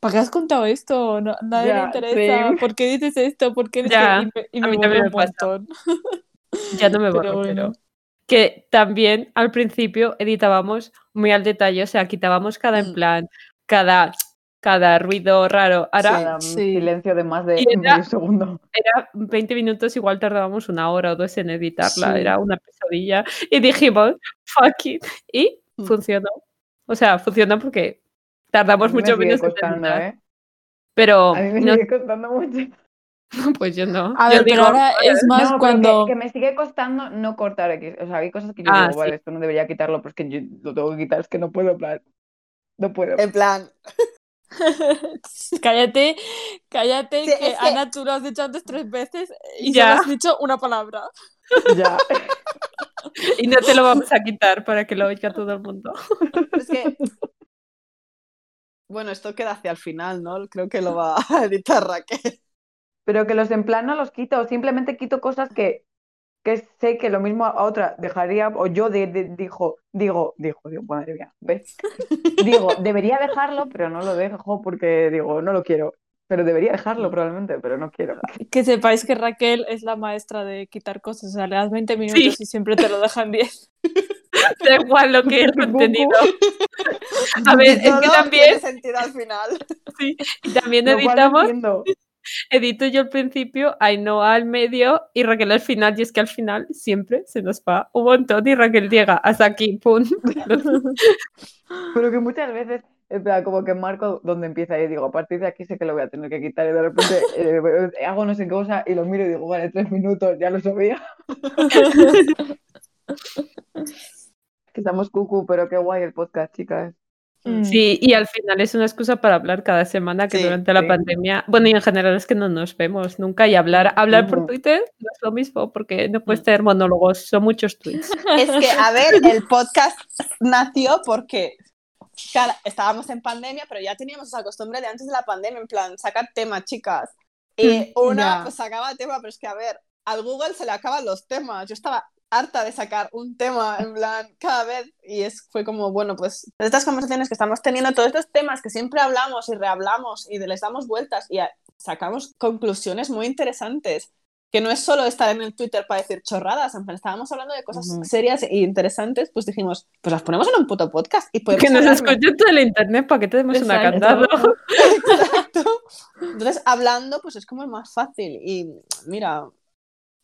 ¿para qué has contado esto? No, nadie Ya, le interesa, same. ¿por qué dices esto? ¿Por qué no sé? Ya, Y me- y a me mí también me borro un pasa. montón. Ya no me borro, Pero bueno. pero que también al principio editábamos muy al detalle, o sea, quitábamos cada en Mm. plan, cada, cada ruido raro. Ahora Cada sí. silencio de más de Y era- medio segundo. era 20 minutos, igual tardábamos una hora o dos en editarla, Sí. era una pesadilla. Y dijimos, fuck it. Y Mm. funcionó. O sea, funcionó porque tardamos A mí me Pues mucho sigue menos en costando, terminar. ¿eh? Pero A mí me no- sigue costando mucho. pues yo no. A Yo ver, pero digo, ahora es más No, pero cuando... que, que me sigue costando no cortar aquí. O sea, hay cosas que yo Ah, digo, sí. vale, esto no debería quitarlo, pero es que yo lo tengo que quitar, es que no puedo, en plan, no puedo. Eh, En plan, Cállate, cállate, Sí, que es que- Ana, tú lo has dicho antes tres veces y Ya. solo has dicho una palabra. Ya. Y no te lo vamos a quitar para que lo oiga todo el mundo. es que... Bueno, esto queda hacia el final, ¿no? Creo que lo va a editar Raquel. Pero que los en plan no los quito, simplemente quito cosas que, que sé que lo mismo a otra dejaría, o yo de, de- dijo, digo, dijo, digo, madre mía, ¿ves? Digo, debería dejarlo, pero no lo dejo porque digo, no lo quiero. Pero debería dejarlo probablemente, pero no quiero. Que sepáis que Raquel es la maestra de quitar cosas. O sea, le das 20 minutos y siempre te lo dejan 10. Da igual lo que el Cucu. contenido. A ver, es que Todo tiene también, sentido al final. sí, y también Lo cual no editamos, entiendo. edito yo al principio, Ainhoa al medio y Raquel al final. Y es que al final siempre se nos va un montón y Raquel llega hasta aquí, pum. Pero que muchas veces, en plan, como que marco donde empieza y digo, a partir de aquí sé que lo voy a tener que quitar y de repente eh, hago no sé qué cosa y lo miro y digo, vale, tres minutos, ya lo sabía. Que estamos cucu, pero qué guay el podcast, chicas. Mm. Sí, y al final es una excusa para hablar cada semana que Sí, durante la sí. pandemia, bueno, y en general es que no nos vemos nunca y hablar, hablar por Ujú. Twitter no es lo mismo porque no puedes tener monólogos, son muchos tweets. Es que, a ver, el podcast nació porque claro, estábamos en pandemia, pero ya teníamos esa costumbre de antes de la pandemia, en plan, sacar tema, chicas. Mm, Y una ya. pues sacaba tema, pero es que, a ver, al Google se le acaban los temas. Yo estaba harta de sacar un tema, en plan, cada vez. Y es, fue como, bueno, pues estas conversaciones que estamos teniendo, todos estos temas que siempre hablamos y rehablamos y les damos vueltas y a- sacamos conclusiones muy interesantes. Que no es solo estar en el Twitter para decir chorradas, en plan, estábamos hablando de cosas Ujú. serias e interesantes, pues dijimos, pues las ponemos en un puto podcast y podemos que nos hablar escuchen todo el internet para que tenemos una Exacto. candado. Exacto. Entonces, hablando, pues es como es más fácil y, mira,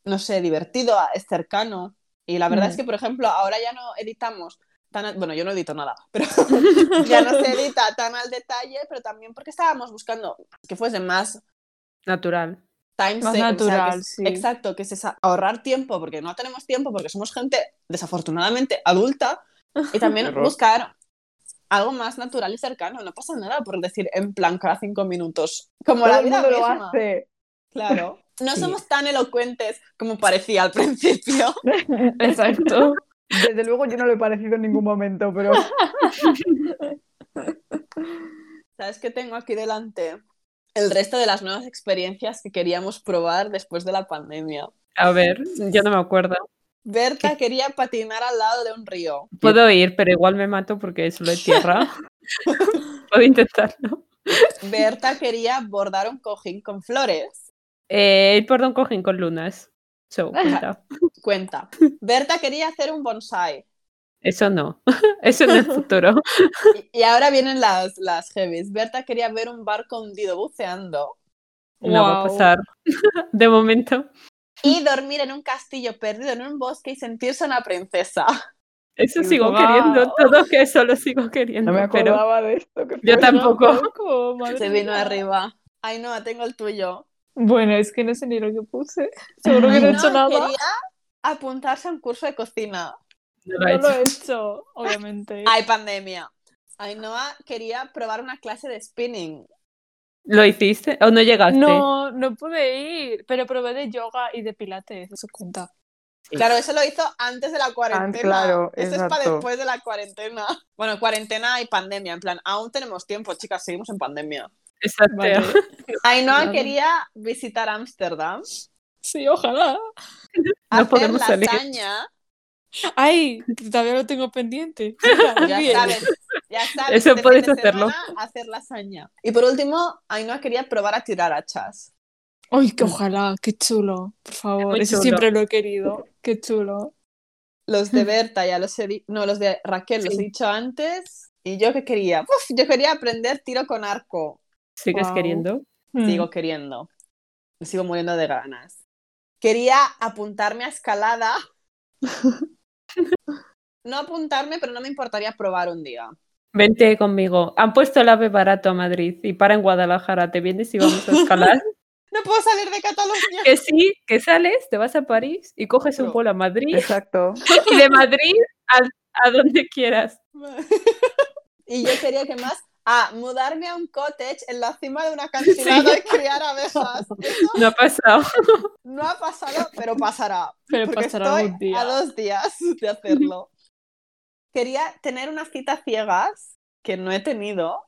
no sé, divertido, a- es cercano. Y la verdad Mm. es que, por ejemplo, ahora ya no editamos tan... al- Bueno, yo no edito nada, pero ya no se edita tan al detalle, pero también porque estábamos buscando que fuese más Natural. time Más sa- natural, que- sí. Exacto, que es esa- ahorrar tiempo, porque no tenemos tiempo, porque somos gente, desafortunadamente, adulta, y también Horror. buscar algo más natural y cercano. No pasa nada por decir en plan cada cinco minutos, como Todo la el vida mundo lo misma. hace. Claro. No Sí. somos tan elocuentes como parecía al principio. Exacto. Desde luego yo no lo he parecido en ningún momento, pero ¿Sabes qué tengo aquí delante? El resto de las nuevas experiencias que queríamos probar después de la pandemia. A ver, yo no me acuerdo. Berta quería patinar al lado de un río. Puedo ir, pero igual me mato porque solo es tierra. Puedo intentarlo. Berta quería bordar un cojín con flores. Eh, ir por un cojín con lunas. So, cuenta. Cuenta. Berta quería hacer un bonsai. Eso no. Eso en el futuro. Y, y ahora vienen las, las heavies. Berta quería ver un barco hundido buceando No va a Mm, Guau. pasar. De momento. y dormir en un castillo perdido en un bosque y sentirse una princesa. Eso Y sigo wow. queriendo. Todo que eso lo sigo queriendo. no me pero acordaba de esto. que yo fue- tampoco. Tampoco, madre Se vino mía. arriba. Ay, no, tengo el tuyo. Bueno, es que no sé ni lo que puse. Seguro que no he Ay, hecho no, nada. Quería apuntarse a un curso de cocina. No lo he No lo hecho. he hecho, obviamente. Ay, pandemia. Ainhoa quería probar una clase de spinning. ¿Lo hiciste o no llegaste? No, no pude ir, pero probé de yoga y de pilates, eso cuenta. Claro, eso lo hizo antes de la cuarentena. Ah, claro, eso es para exacto. después de la cuarentena. Bueno, cuarentena y pandemia. En plan, aún tenemos tiempo, chicas, seguimos en pandemia. Exacto. Vale. Ainhoa Claro. quería visitar Ámsterdam Sí, ojalá. No podemos Hacer salir. lasaña, Ay, todavía lo tengo pendiente. ya Bien. sabes, ya sabes. Ah, Eso este puedes fin de hacerlo. semana, Hacer lasaña. Y por último, Ainhoa quería probar a tirar hachas. Ay, que ojalá, qué chulo, por favor. Muy Eso chulo. siempre lo he querido. Qué chulo. Los de Berta ya los he di- no, los de Raquel los Sí. he dicho antes. Y yo que quería, Uf, yo quería aprender tiro con arco. ¿Sigues Wow. queriendo? Mm. Sigo queriendo. Me sigo muriendo de ganas. Quería apuntarme a escalada. No apuntarme, pero no me importaría probar un día. Vente conmigo. Han puesto el ave barato a Madrid y para en Guadalajara. ¿Te vienes y vamos a escalar? No puedo salir de Cataluña. que sí, que sales, te vas a París y coges un No. vuelo a Madrid Exacto. y de Madrid al- a, donde quieras. Y yo quería que más a mudarme a un cottage en la cima de una acantilado y criar abejas. Eso No ha pasado. no ha pasado, pero pasará. Pero porque pasará estoy algún día. a dos días de hacerlo. Quería tener una cita ciegas que no he tenido.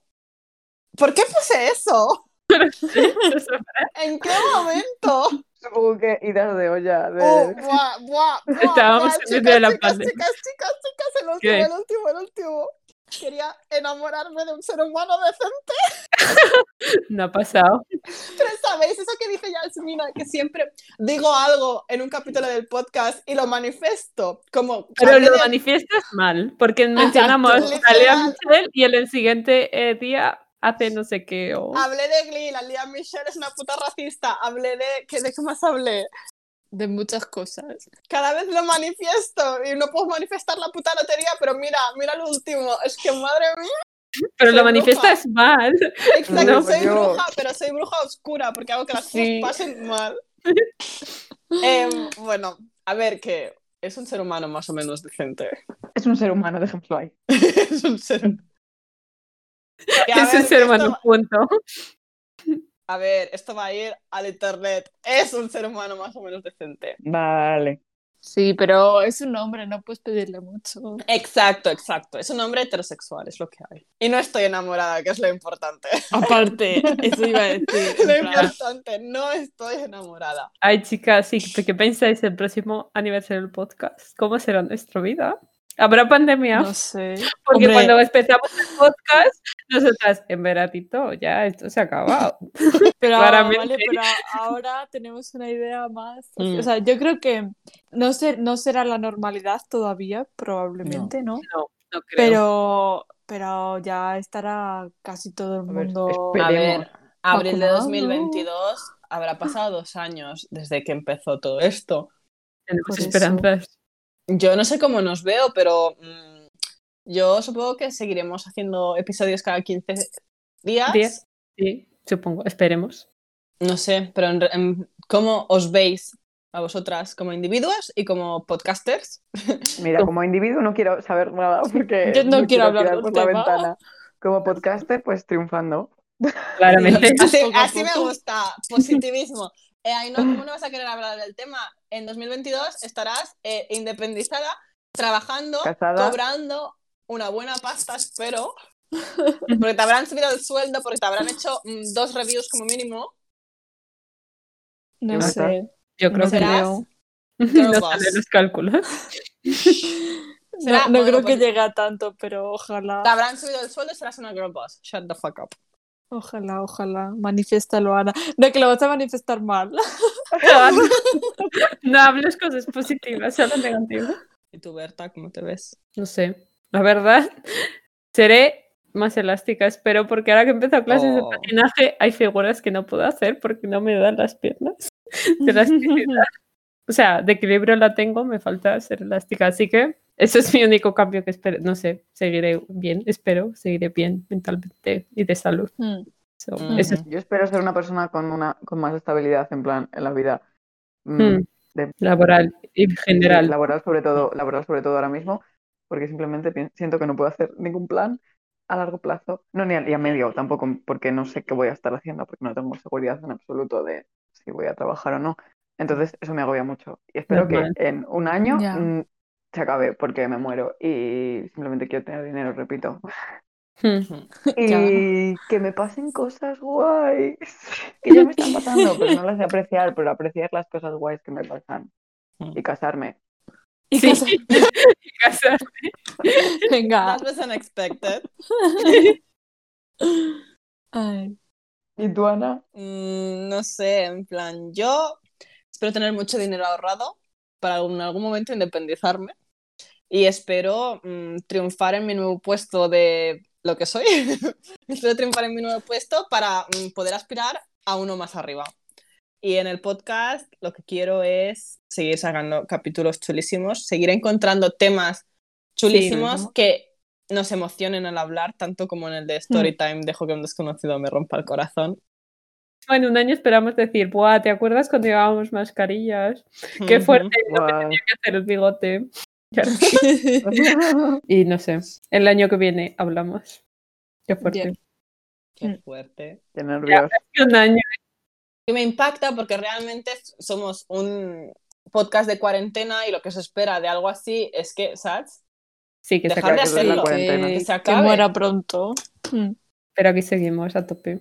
¿Por qué puse eso? ¿En qué momento? Supongo que idas de olla. De... Oh, buah, buah, buah, Estábamos buah, en medio de la chicas, pandemia. chicas, chicas, chicas, el último, ¿Qué? el último, el último. Quería enamorarme de un ser humano decente. No ha pasado. Pero sabéis eso que dice Yasmina, que siempre digo algo en un capítulo del podcast y lo manifiesto. Como Pero hablé lo de- manifiestas mal, porque mencionamos Exacto. a Lea Michel y el, siguiente eh, día hace no sé qué. O... Hablé de Glee, la Lía Michelle es una puta racista. Hablé de. ¿qué, ¿De qué más hablé? De muchas cosas. Cada vez lo manifiesto y no puedo manifestar la puta lotería, pero mira, mira lo último. Es que madre mía. Pero soy lo manifiestas mal. Exacto, No, pues soy yo- bruja, pero soy bruja oscura porque hago que las Sí. cosas pasen mal. Em, bueno, a ver, que es un ser humano más o menos decente. Es un ser humano, dejémoslo ahí. es un ser Que, a Es ver, un ser que humano, esto- punto. A ver, esto va a ir al internet. Es un ser humano más o menos decente. Vale. Sí, pero es un hombre, no puedes pedirle mucho. Exacto, exacto. Es un hombre heterosexual, es lo que hay. Y no estoy enamorada, que es lo importante. Aparte, eso iba a decir. en Lo plan, importante, no estoy enamorada. Ay, chicas, sí, ¿qué pensáis el próximo aniversario del podcast? ¿Cómo será nuestra vida? ¿Habrá pandemia? no sé. Porque Hombre. cuando empezamos el podcast, nosotras, en veratito, ya esto se ha acabado. Pero, Claramente. vale, pero ahora tenemos una idea más. Mm. O sea, yo creo que no, ser, no será la normalidad todavía, probablemente, ¿no? No, no creo. Pero, pero ya estará casi todo el A ver, mundo. espera. A Ah, ver, Veremos. abril de Vacunado. 2022, habrá pasado dos años desde que empezó todo esto. Tenemos por eso. esperanzas. Yo no sé cómo nos veo, pero mm, yo supongo que seguiremos haciendo episodios cada 15 días. Diez. Sí, supongo, esperemos. No sé, pero en re- en- ¿cómo os veis a vosotras como individuos y como podcasters? Mira, como individuo no quiero saber nada porque Yo no quiero hablar tirar del por la tema. ventana. Como podcaster, pues triunfando. Claramente. Así, Poco a así me poco. gusta, positivismo. Eh, Ainhoa, Ah. ¿cómo no vas a querer hablar del tema? En 2022 estarás eh, independizada, trabajando, Casada. cobrando una buena pasta, espero. Porque te habrán subido el sueldo, porque te habrán hecho mm, dos reviews como mínimo. No ¿Qué más da? sé. Yo creo que no será. no. creo. No Girl salen boss. los cálculos. No- Será- no bueno, creo pues- que llegue a tanto, pero ojalá. Te habrán subido el sueldo y serás una girl boss. Shut the fuck up. Ojalá, ojalá. Manifiéstalo, Ana. No, que lo vas a manifestar mal. No hables cosas positivas, solo negativas. ¿Y tú, Berta, cómo te ves? No sé, la verdad, seré más elástica, espero, porque ahora que empiezo clases Oh. de patinaje hay figuras que no puedo hacer porque no me dan las piernas. de elasticidad. O sea, de equilibrio la tengo, me falta ser elástica, así que eso es mi único cambio que espero, no sé, seguiré bien, espero, seguiré bien mentalmente y de salud. Mm. So, Ujú. eso es- Yo espero ser una persona con una con más estabilidad en plan en la vida. mm, Mm. laboral y general. Laboral sobre todo, laboral sobre todo ahora mismo, porque simplemente pien- siento que no puedo hacer ningún plan a largo plazo, no ni a, y a medio tampoco, porque no sé qué voy a estar haciendo, porque no tengo seguridad en absoluto de si voy a trabajar o no. Entonces eso me agobia mucho y espero que Normal. en un año Ya. mm, se acabe porque me muero y simplemente quiero tener dinero, repito. Y que me pasen cosas guays. Que ya me están pasando, pero no las sé apreciar, pero apreciar las cosas guays que me pasan. Y casarme. Y Sí. casa- Casar. Venga. That was unexpected. Ay. ¿Y tú, Ana? Mm, no sé, en plan, yo espero tener mucho dinero ahorrado para en algún momento independizarme y espero mm, triunfar en mi nuevo puesto de lo que soy. espero triunfar en mi nuevo puesto para mm, poder aspirar a uno más arriba. Y en el podcast lo que quiero es seguir sacando capítulos chulísimos, seguir encontrando temas chulísimos ¿no? que nos emocionen al hablar, tanto como en el de Storytime, dejo que un desconocido me rompa el corazón. Bueno, un año esperamos decir, Buah, ¿te acuerdas cuando llevábamos mascarillas? Qué fuerte Guau. hacer el bigote. Y no sé, el año que viene hablamos. Qué fuerte. Bien. Mm. Qué fuerte. Qué nervios. Un año. Que me impacta porque realmente somos un podcast de cuarentena y lo que se espera de algo así es que, ¿sabes? Sí, que se Dejar de Creo acaba. que es la hacerlo. cuarentena. que, se que acabe. muera pronto. Mm. Pero aquí seguimos a tope.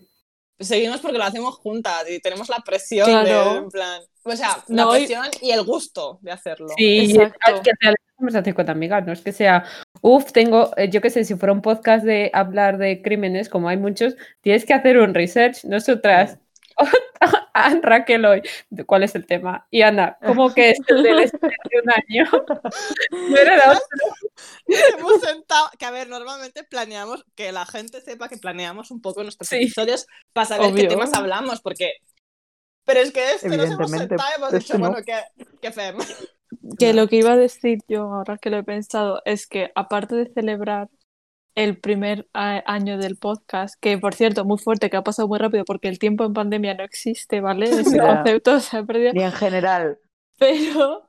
Seguimos porque lo hacemos juntas y tenemos la presión Claro. de, en plan, o sea, la No, y- presión y el gusto de hacerlo. Sí, Exacto. es que sea la conversación con amigas, no es que sea, uff, tengo, eh, yo qué sé, si fuera un podcast de hablar de crímenes, como hay muchos, tienes que hacer un research, nosotras. Ana, Raquel hoy, ¿cuál es el tema? Y Ana, ¿cómo que es el del estrés de un año? No era la otra. Hemos sentado, que a ver, normalmente planeamos que la gente sepa que planeamos un poco nuestros Sí. episodios para saber qué Obvio. temas hablamos, porque... Pero es que este nos hemos Evidentemente, sentado y hemos este dicho, no. bueno, ¿qué, qué hacemos? Que lo que iba a decir yo ahora que lo he pensado es que aparte de celebrar el primer a- año del podcast, que por cierto, muy fuerte, que ha pasado muy rápido porque el tiempo en pandemia no existe, ¿vale? Ese Ya. concepto se ha perdido. Y en general, Pero,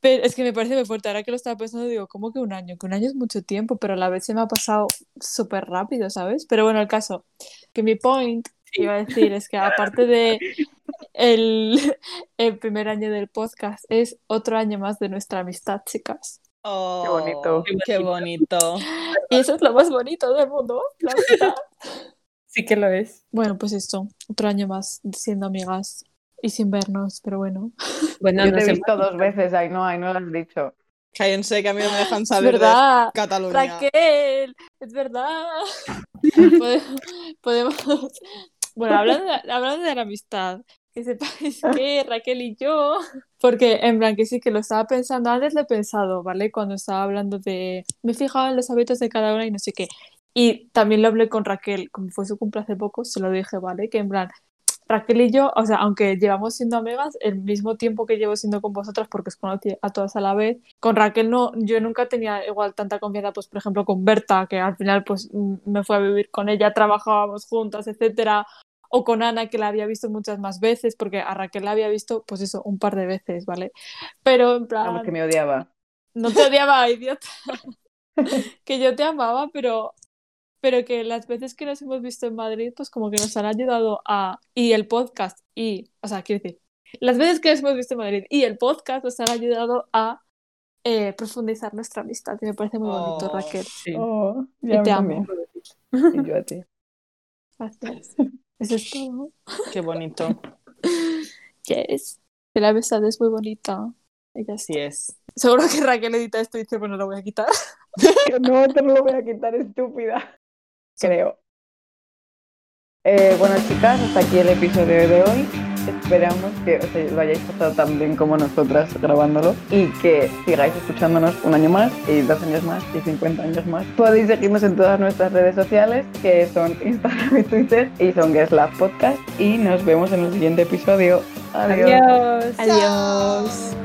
pero es que me parece muy fuerte. Ahora que lo estaba pensando, digo, ¿cómo que un año? Que un año es mucho tiempo, pero a la vez se me ha pasado súper rápido, ¿sabes? Pero bueno, el caso, que mi point que iba a decir es que aparte de el, el primer año del podcast, es otro año más de nuestra amistad, chicas. Oh, bonito. Qué bonito. Y eso es lo más bonito del mundo, la amistad. Sí que lo es. Bueno, pues esto, otro año más siendo amigas y sin vernos, pero bueno. Bueno, yo te nos he hemos- visto dos veces, ay no, ay no lo has dicho. Cállense que a mí no me dejan Es salir de verdad. Cataluña. Raquel, es verdad. Pode- Podemos. Bueno, hablando de, hablando de la amistad, que sepáis que Raquel y yo. Porque en plan que sí que lo estaba pensando, antes lo he pensado, ¿vale? Cuando estaba hablando de. Me he fijado en los hábitos de cada una y no sé qué. Y también lo hablé con Raquel, como fue su cumple hace poco, se lo dije, ¿vale? Que en plan. Raquel y yo, o sea, aunque llevamos siendo amigas el mismo tiempo que llevo siendo con vosotras, porque os conocí a todas a la vez, con Raquel no, yo nunca tenía igual tanta confianza, pues por ejemplo con Berta, que al final pues mm, me fue a vivir con ella, trabajábamos juntas, etcétera, o con Ana, que la había visto muchas más veces, porque a Raquel la había visto, pues eso, un par de veces, ¿vale? Pero en plan... Vamos, que me odiaba. No te odiaba, idiota. que yo te amaba, pero, pero que las veces que nos hemos visto en Madrid, pues como que nos han ayudado a... Y el podcast, y... O sea, quiero decir, las veces que nos hemos visto en Madrid y el podcast nos han ayudado a eh, profundizar nuestra amistad. Y me parece muy bonito, Oh. Raquel. Sí. Oh, Y te amo. Y yo a ti. Gracias. Eso es todo. Qué bonito. Yes. Que la amistad es muy bonita. Y ya Así está. es. Seguro que Raquel edita esto y dice, bueno, lo voy a quitar. Que no te lo voy a quitar, estúpida. Creo. Eh, bueno, chicas, hasta aquí el episodio de hoy. Esperamos que os lo hayáis pasado tan bien como nosotras grabándolo y que sigáis escuchándonos un año más y dos años más y 50 años más. Podéis seguirnos en todas nuestras redes sociales que son Instagram y Twitter y son Guest Lab Podcast y nos vemos en el siguiente episodio. Adiós. Adiós. Adiós.